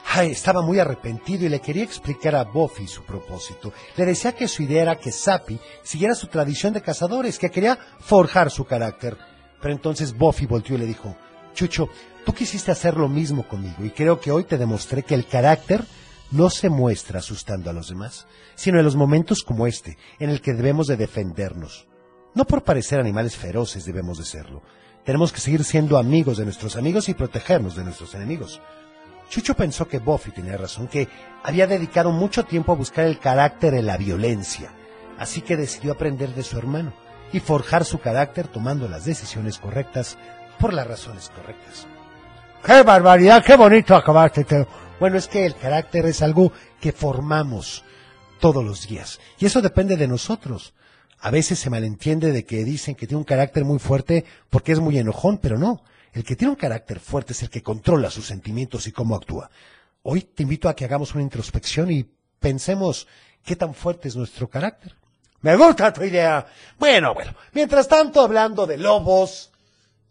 S10: ay, estaba muy arrepentido y le quería explicar a Buffy su propósito. Le decía que su idea era que Sapi siguiera su tradición de cazadores, que quería forjar su carácter. Pero entonces Buffy volteó y le dijo, Chucho, tú quisiste hacer lo mismo conmigo y creo que hoy te demostré que el carácter no se muestra asustando a los demás, sino en los momentos como este, en el que debemos de defendernos. No por parecer animales feroces debemos de serlo. Tenemos que seguir siendo amigos de nuestros amigos y protegernos de nuestros enemigos. Chucho pensó que Buffy tenía razón, que había dedicado mucho tiempo a buscar el carácter en la violencia, así que decidió aprender de su hermano y forjar su carácter tomando las decisiones correctas por las razones correctas. ¡Qué barbaridad! ¡Qué bonito acabaste! Teo! Bueno, es que el carácter es algo que formamos todos los días. Y eso depende de nosotros. A veces se malentiende de que dicen que tiene un carácter muy fuerte porque es muy enojón, pero no. El que tiene un carácter fuerte es el que controla sus sentimientos y cómo actúa. Hoy te invito a que hagamos una introspección y pensemos qué tan fuerte es nuestro carácter. Me gusta tu idea. Bueno, bueno. Mientras tanto, hablando de lobos,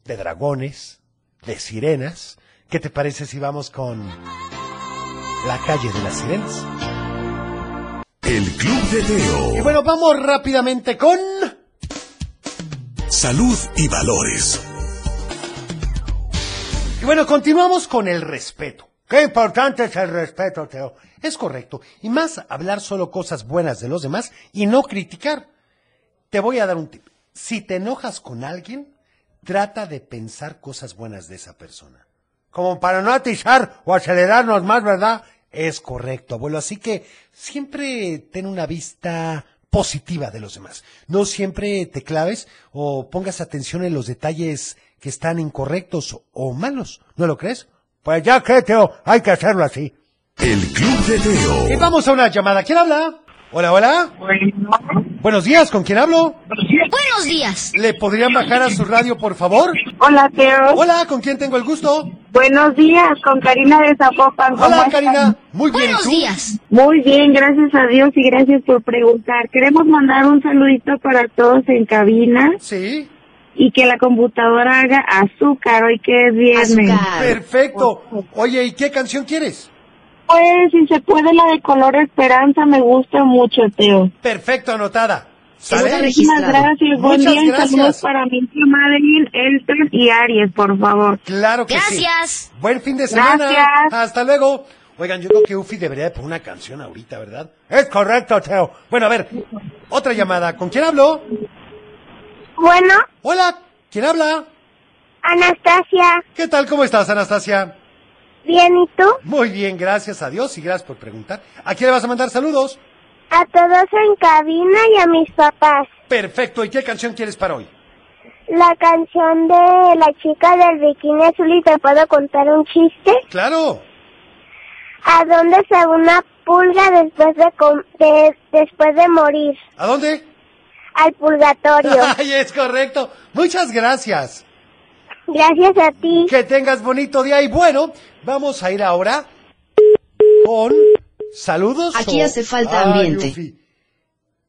S10: de dragones, de sirenas. ¿Qué te parece si vamos con la calle de las sirenas?
S2: El Club de
S10: Y
S2: Teo.
S10: bueno, vamos rápidamente con...
S2: Salud y valores.
S10: Y bueno, continuamos con el respeto. Qué importante es el respeto, Teo. Es correcto. Y más hablar solo cosas buenas de los demás y no criticar. Te voy a dar un tip. Si te enojas con alguien, trata de pensar cosas buenas de esa persona. Como para no atizar o acelerarnos más, ¿verdad? Es correcto, abuelo. Así que siempre ten una vista positiva de los demás. No siempre te claves o pongas atención en los detalles que están incorrectos o malos. ¿No lo crees? Pues ya que, Teo, hay que hacerlo así.
S2: El Club de Teo.
S10: Y vamos a una llamada. ¿Quién habla? Hola, hola. Buenos días, ¿con quién hablo? Buenos días. ¿Le podrían bajar a su radio, por favor?
S13: Hola, Teo.
S10: Hola, ¿con quién tengo el gusto?
S13: Buenos días, con Karina de Zapopan. ¿Cómo
S10: Hola,
S13: estás?
S10: Karina. Muy bien, ¿y tú?
S13: Muy bien, gracias a Dios y gracias por preguntar. Queremos mandar un saludito para todos en cabina.
S10: Sí.
S13: Y que la computadora haga azúcar hoy que es viernes.
S10: Perfecto. Oye, ¿y qué canción quieres?
S13: Pues, si se puede, la de color esperanza me gusta mucho, Teo.
S10: Perfecto, anotada. ¿Sale?
S13: Muchísimas gracias. Buen
S10: Muchas
S13: día y saludos
S10: gracias.
S13: para mi tía Madeline, Elton y Aries, por favor.
S10: Claro que sí. Buen fin de semana.
S13: Gracias.
S10: Hasta luego. Oigan, yo creo que Ufi debería de poner una canción ahorita, ¿verdad? Es correcto, Teo. Bueno, a ver, otra llamada. ¿Con quién hablo?
S13: Bueno.
S10: Hola, ¿quién habla?
S13: Anastasia.
S10: ¿Qué tal? ¿Cómo estás, Anastasia?
S13: Bien, ¿y tú?
S10: Muy bien, gracias a Dios y gracias por preguntar. ¿A quién le vas a mandar saludos?
S13: A todos en cabina y a mis papás.
S10: Perfecto, ¿y qué canción quieres para hoy?
S13: La canción de la chica del bikini azul y te puedo contar un chiste.
S10: Claro.
S13: ¿A dónde se va una pulga después de, com- de- después de morir?
S10: ¿A dónde?
S13: Al purgatorio.
S10: Ay, es correcto. Muchas gracias.
S13: Gracias a ti.
S10: Que tengas bonito día y bueno, vamos a ir ahora con saludos.
S12: Aquí hace falta
S10: Ay,
S12: ambiente.
S10: Ufi.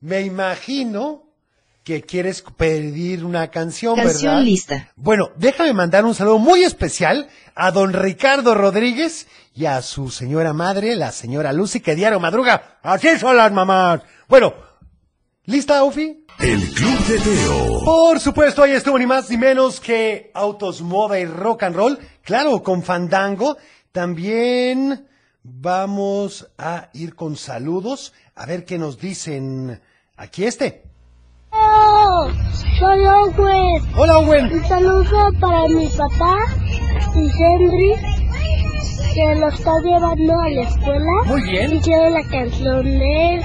S10: Me imagino que quieres pedir una canción,
S12: Canción
S10: ¿verdad?
S12: lista.
S10: Bueno, déjame mandar un saludo muy especial a don Ricardo Rodríguez y a su señora madre, la señora Lucy, que diario madruga. Así son las mamás. Bueno, ¿lista, Ufi?
S2: El Club de Teo.
S10: Por supuesto, ahí estuvo ni más ni menos que Autos, Moda y Rock and Roll. Claro, con Fandango. También vamos a ir con saludos. A ver qué nos dicen. Aquí este.
S3: Soy Owen.
S10: Hola, Owen.
S3: Un saludo para mi papá y Henry, que lo está llevando a la escuela.
S10: Muy bien.
S3: Y quiero la canción de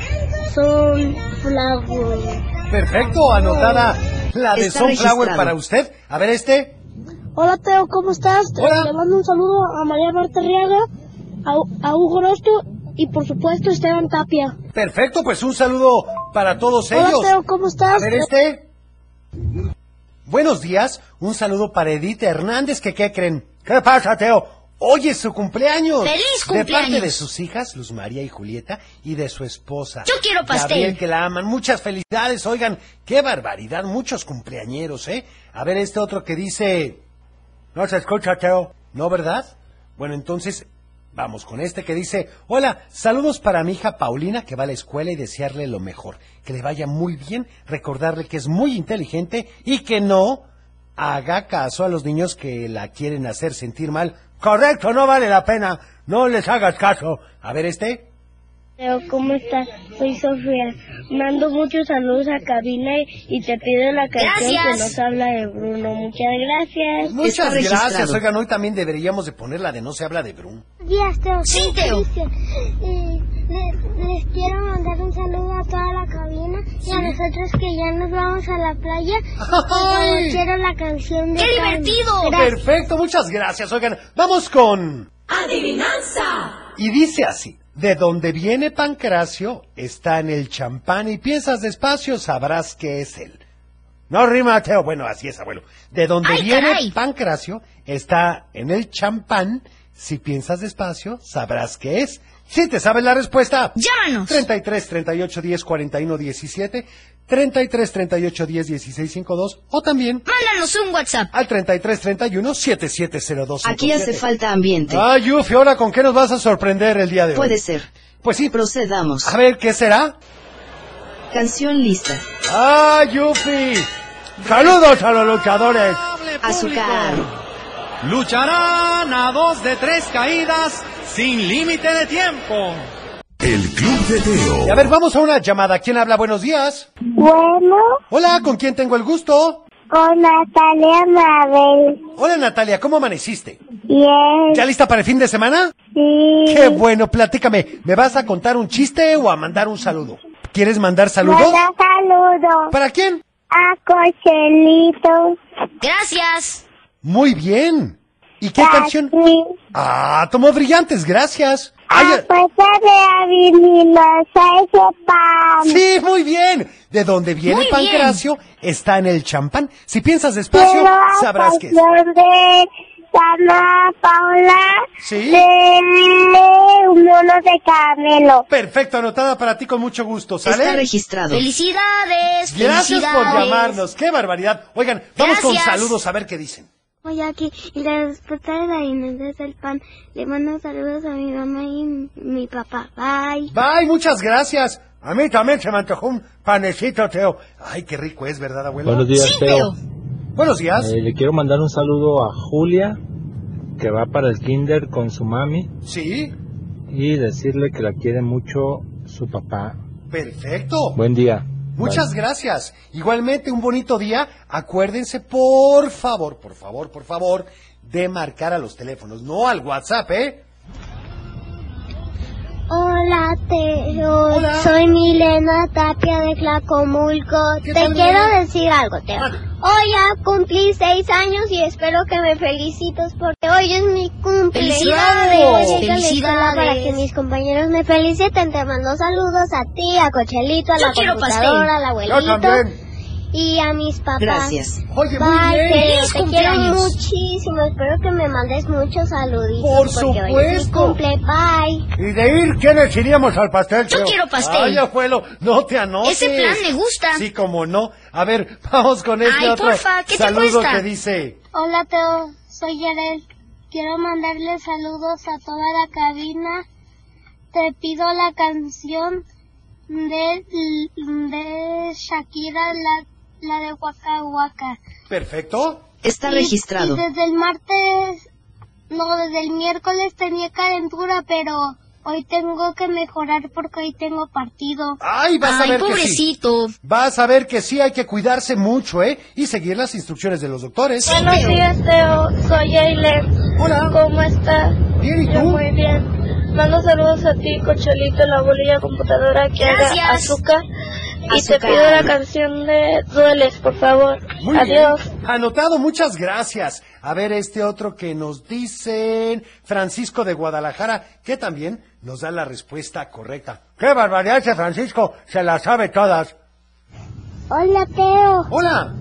S3: Son Flower.
S10: Perfecto, anotada la de
S3: Está
S10: Sunflower
S3: registrado.
S10: para usted. A ver este.
S3: Hola, Teo, ¿cómo estás? Te-
S10: Hola.
S3: Le mando un saludo a María Marta Riaga, a, U- a Hugo Orozco y, por supuesto, a Esteban Tapia.
S10: Perfecto, pues un saludo para todos
S3: Hola,
S10: ellos.
S3: Teo, ¿cómo estás?
S10: A ver este. Buenos días, un saludo para Edith Hernández, que qué creen. ¿Qué pasa, Teo? Hoy es su cumpleaños.
S6: ¡Feliz
S10: De parte
S6: cumpleaños!
S10: de sus hijas, Luz María y Julieta, y de su esposa.
S6: Yo quiero pastel.
S10: Gabriel, que la aman. Muchas felicidades. Oigan, qué barbaridad. Muchos cumpleañeros, ¿eh? A ver, este otro que dice... No se escucha, Teo. ¿No, verdad? Bueno, entonces vamos con este que dice, hola, saludos para mi hija Paulina que va a la escuela y desearle lo mejor, que le vaya muy bien, recordarle que es muy inteligente y que no haga caso a los niños que la quieren hacer sentir mal. Correcto, no vale la pena, no les hagas caso. A ver este.
S12: Leo, ¿cómo estás? Soy Sofía. Mando muchos saludos a cabina y- y te pido la canción
S6: Gracias.
S12: que nos habla de Bruno. Muchas gracias.
S10: Muchas gracias, oigan, hoy también deberíamos de poner la de No se habla de Brum.
S12: días, Teo.
S6: Sí,
S12: Soy
S6: Teo.
S12: Cristian. Y les, les quiero mandar un saludo a toda la cabina y a nosotros que ya nos vamos a la playa. Por favor,
S10: ¡Ay!
S12: quiero la canción de Carmen. Gracias.
S10: Perfecto, muchas gracias. Oigan, vamos con...
S5: Adivinanza.
S10: Y dice así, de donde viene Pancracio está en el champán y piensas despacio sabrás que es él. No rima, Teo, bueno, así es, abuelo. De donde
S6: ¡Ay,
S10: viene
S6: caray!
S10: Pancracio está en el champán, si piensas despacio sabrás que es. Si te sabes la respuesta,
S6: Llámanos.
S10: 33 38 10 41 17, 33 38 10 16 52 o también
S16: Mándanos un WhatsApp.
S10: al 33 31 7702.
S16: Aquí hace falta ambiente.
S10: Ay, Yuffie, ahora con qué nos vas a sorprender el día de hoy.
S16: Puede ser.
S10: Pues sí,
S16: Procedamos.
S10: a ver, ¿qué será?
S16: Canción lista.
S10: ¡Ah, Yuffie! ¡Saludos a los luchadores!
S16: Azúcar.
S15: Lucharán a dos de tres caídas sin límite de tiempo.
S2: El Club de Teo.
S10: Y a ver, vamos a una llamada. ¿Quién habla? Buenos días.
S12: Bueno,
S10: Hola, ¿con quién tengo el gusto?
S12: con Natalia Mabel.
S10: Hola, Natalia, ¿cómo amaneciste?
S12: Bien.
S10: ¿Ya lista para el fin de semana?
S12: Sí.
S10: ¡Qué bueno! Platícame, ¿me vas a contar un chiste o a mandar un saludo? ¿Quieres mandar saludos?
S12: Manda saludos
S10: ¿Para quién?
S12: a Cochelito.
S6: Gracias.
S10: Muy bien. ¿Y qué canción? Ah, tomó brillantes, gracias. Ay,
S13: Ah,
S12: A
S13: pues
S12: Puerta de Avenidos, pan.
S10: Sí, muy bien. De donde viene
S6: Muy bien.
S10: Pancracio está en el champán. Si piensas despacio,
S12: Quiero la
S10: sabrás que es.
S12: canción de Sana Paula
S10: Sí.
S12: de un mono de caramelo.
S10: Perfecto, anotada para ti con mucho gusto,
S16: Está
S10: ¿sale?
S16: registrado.
S6: Felicidades.
S10: Gracias por
S6: felicidades.
S10: llamarnos. ¡Qué barbaridad! Oigan, vamos con
S6: Gracias.
S10: saludos a ver qué dicen.
S12: Hoy aquí, y la respuesta de la Inés del pan. Le mando saludos a mi mamá y mi papá. Bye.
S10: Bye, muchas gracias. A mí también se me antojó un panecito, Teo. Ay, qué rico es, ¿verdad, abuelo?
S7: Buenos días,
S6: Sí,
S7: Teo.
S6: Teo.
S10: Buenos días.
S7: Eh, le quiero mandar un saludo a Julia, que va para el kinder con su mami,
S10: Sí,
S7: y decirle que la quiere mucho su papá.
S10: perfecto.
S7: Buen día.
S10: Muchas
S7: Bye.
S10: gracias. Igualmente, un bonito día. Acuérdense, por favor, por favor, por favor, de marcar a los teléfonos, no al WhatsApp, ¿eh?
S12: Hola, Teo.
S10: Hola.
S12: Soy Milena Tapia de Tlacomulco.
S10: ¿Qué
S12: Te
S10: tal,
S12: quiero
S10: Milena?
S12: decir algo, Teo.
S10: Vale.
S6: Ah.
S12: Hoy ya cumplí seis años y espero que me felicites porque hoy es mi cumple.
S6: Felicidades,
S12: Y voy a ir a la escuela
S6: felicidades.
S12: Para que mis compañeros me feliciten, te mando saludos a ti, a Cochelito, a
S6: Yo
S12: la
S6: quiero
S12: computadora,
S6: pastel.
S12: al abuelito y a mis papás.
S16: Gracias.
S10: Oye, muy
S12: Bye, Teo,
S10: bien.
S6: Feliz
S12: te quiero
S6: cumpleaños.
S12: muchísimo. Espero que me mandes muchos saluditos. porque
S10: Por
S12: Hoy es mi
S10: supuesto.
S12: cumple. Bye.
S10: Y de ir, ¿quiénes iríamos al pastel?
S6: Yo
S10: Teo?
S6: quiero pastel.
S10: Ay, abuelo, no te anotes.
S6: Ese plan me gusta.
S10: Sí, como no. A ver, vamos con este
S6: Ay,
S10: otro
S6: porfa, ¿qué te
S10: saludo
S6: cuesta?
S10: que dice...
S12: Hola Teo, soy Yarel. Quiero mandarle saludos a toda la cabina. Te pido la canción de, de Shakira, la, la de Waka Waka.
S10: Perfecto.
S16: Está
S12: Y-
S16: registrado.
S12: Y, desde el martes, no, desde el miércoles tenía calentura, pero hoy tengo que mejorar porque hoy tengo partido.
S10: Ay, vas a
S6: Ay,
S10: ver que sí.
S6: pobrecito.
S10: Vas a ver que sí hay que cuidarse mucho, ¿eh? Y seguir las instrucciones de los doctores.
S12: Buenos días Teo, soy Aile.
S10: Hola.
S12: ¿Cómo estás?
S10: Bien, ¿y
S12: Yo
S10: tú?
S12: muy bien. Mando saludos a ti, Cocholito, la bolilla computadora que haga
S6: Gracias.
S12: azúcar. Y
S16: Azúcar.
S12: te pido la canción de Dueles, por favor.
S10: Muy
S12: pues, Adiós.
S10: bien. Anotado, muchas gracias. A ver, este otro que nos dicen, Francisco de Guadalajara, que también nos da la respuesta correcta. ¡Qué barbaridad ese Francisco! Se la sabe todas.
S12: Hola, Teo.
S10: Hola,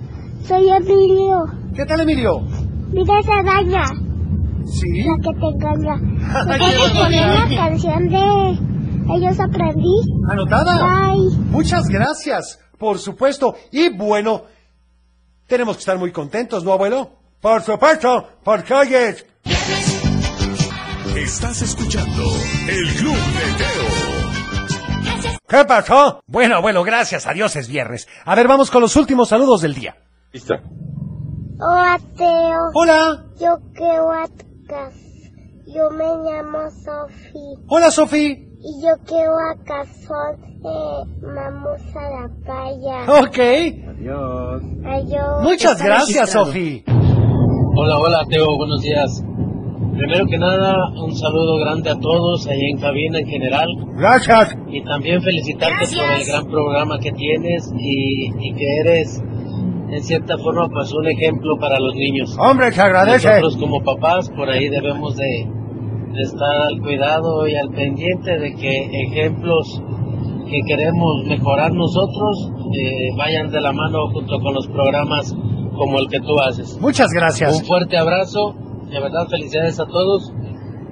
S12: Soy Emilio.
S10: ¿qué tal Emilio?
S12: Mira esa araña.
S10: Sí.
S12: La que te engaña.
S10: Ay,
S12: ¿Me puedes
S10: qué
S12: poner
S10: barbaridad.
S12: la canción de Ellos Aprendí?
S10: Anotada. Muchas gracias, por supuesto. Y bueno, tenemos que estar muy contentos, ¿no, abuelo? Por supuesto, porque hoy es
S2: Estás escuchando el Club de Teo.
S10: ¿Qué pasó? Bueno, abuelo, gracias a Dios es viernes. A ver, vamos con los últimos saludos del día.
S2: Lista.
S12: Hola, Teo.
S10: Hola.
S12: Yo que Atcas. Yo me llamo Sofi.
S10: Hola, Sofi.
S12: Y yo que Atcasón. Eh, vamos a la playa.
S10: Ok.
S9: Adiós.
S12: Adiós.
S10: Muchas
S9: Está
S10: gracias,
S9: registrado.
S10: Sofi.
S9: Hola, hola, Teo, buenos días. Primero que nada, un saludo grande a todos allá en cabina en general
S1: Gracias.
S9: y también felicitarte por el gran programa que tienes y, y que eres, en cierta forma, pues un ejemplo para los niños.
S1: Hombre, se agradece.
S9: Nosotros como papás por ahí debemos de, de estar al cuidado y al pendiente de que ejemplos que queremos mejorar nosotros eh, vayan de la mano junto con los programas como el que tú haces.
S10: Muchas gracias.
S9: Un fuerte abrazo, de verdad felicidades a todos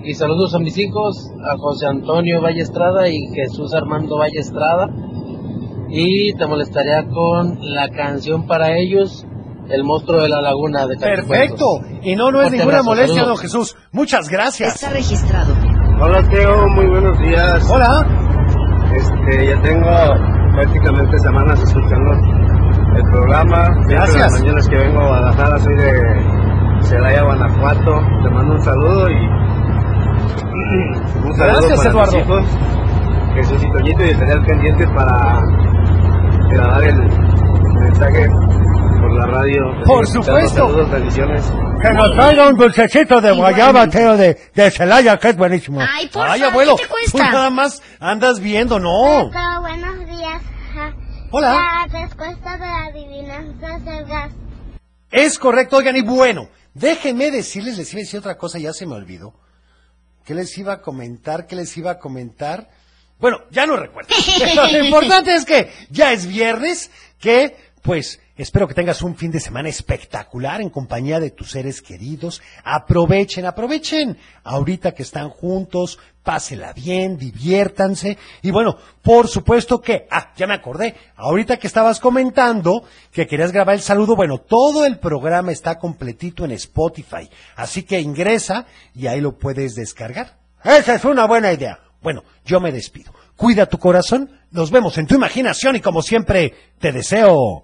S9: y saludos a mis hijos, a José Antonio Vallestrada y Jesús Armando Vallestrada. Y te molestaría con la canción para ellos, El monstruo de la laguna de
S10: Perfecto. Y no, no es
S9: Fuerte
S10: ninguna
S9: abrazo,
S10: molestia,
S9: saludos.
S10: don Jesús. Muchas gracias.
S16: registrado.
S11: Hola Teo, muy buenos días.
S10: Hola.
S11: Este, ya tengo prácticamente semanas escuchando el programa. Siempre
S10: Gracias.
S11: Las mañanas que vengo a Guadalajara, soy de Celaya, Guanajuato. Te mando un saludo y un saludo
S10: Gracias,
S11: para
S10: Eduardo.
S11: mis hijos, Jesús y Toñito, y estaré al pendiente para grabar el mensaje por la radio.
S1: Por
S11: Escuchando.
S1: supuesto.
S11: Saludos, bendiciones.
S1: Que nos traiga un dulcecito de guayaba, Teo, de, de Celaya, que es buenísimo.
S10: Ay, abuelo, tú nada más andas viendo, no.
S12: Teo, buenos días. Ja.
S10: Hola.
S12: La respuesta de la adivinanza es el gas.
S10: Es correcto, oigan, y bueno, déjenme decirles, les iba a decir otra cosa, ya se me olvidó. ¿Qué les iba a comentar? ¿Qué les iba a comentar? Bueno, ya no recuerdo. Pero lo importante es que ya es viernes, que pues espero que tengas un fin de semana espectacular en compañía de tus seres queridos. Aprovechen, aprovechen ahorita que están juntos, pásela bien, diviértanse. Y bueno, por supuesto que, ah, ya me acordé, ahorita que estabas comentando que querías grabar el saludo, bueno, todo el programa está completito en Spotify, así que ingresa y ahí lo puedes descargar. Esa es una buena idea. Bueno, yo me despido. Cuida tu corazón, nos vemos en tu imaginación y como siempre, te deseo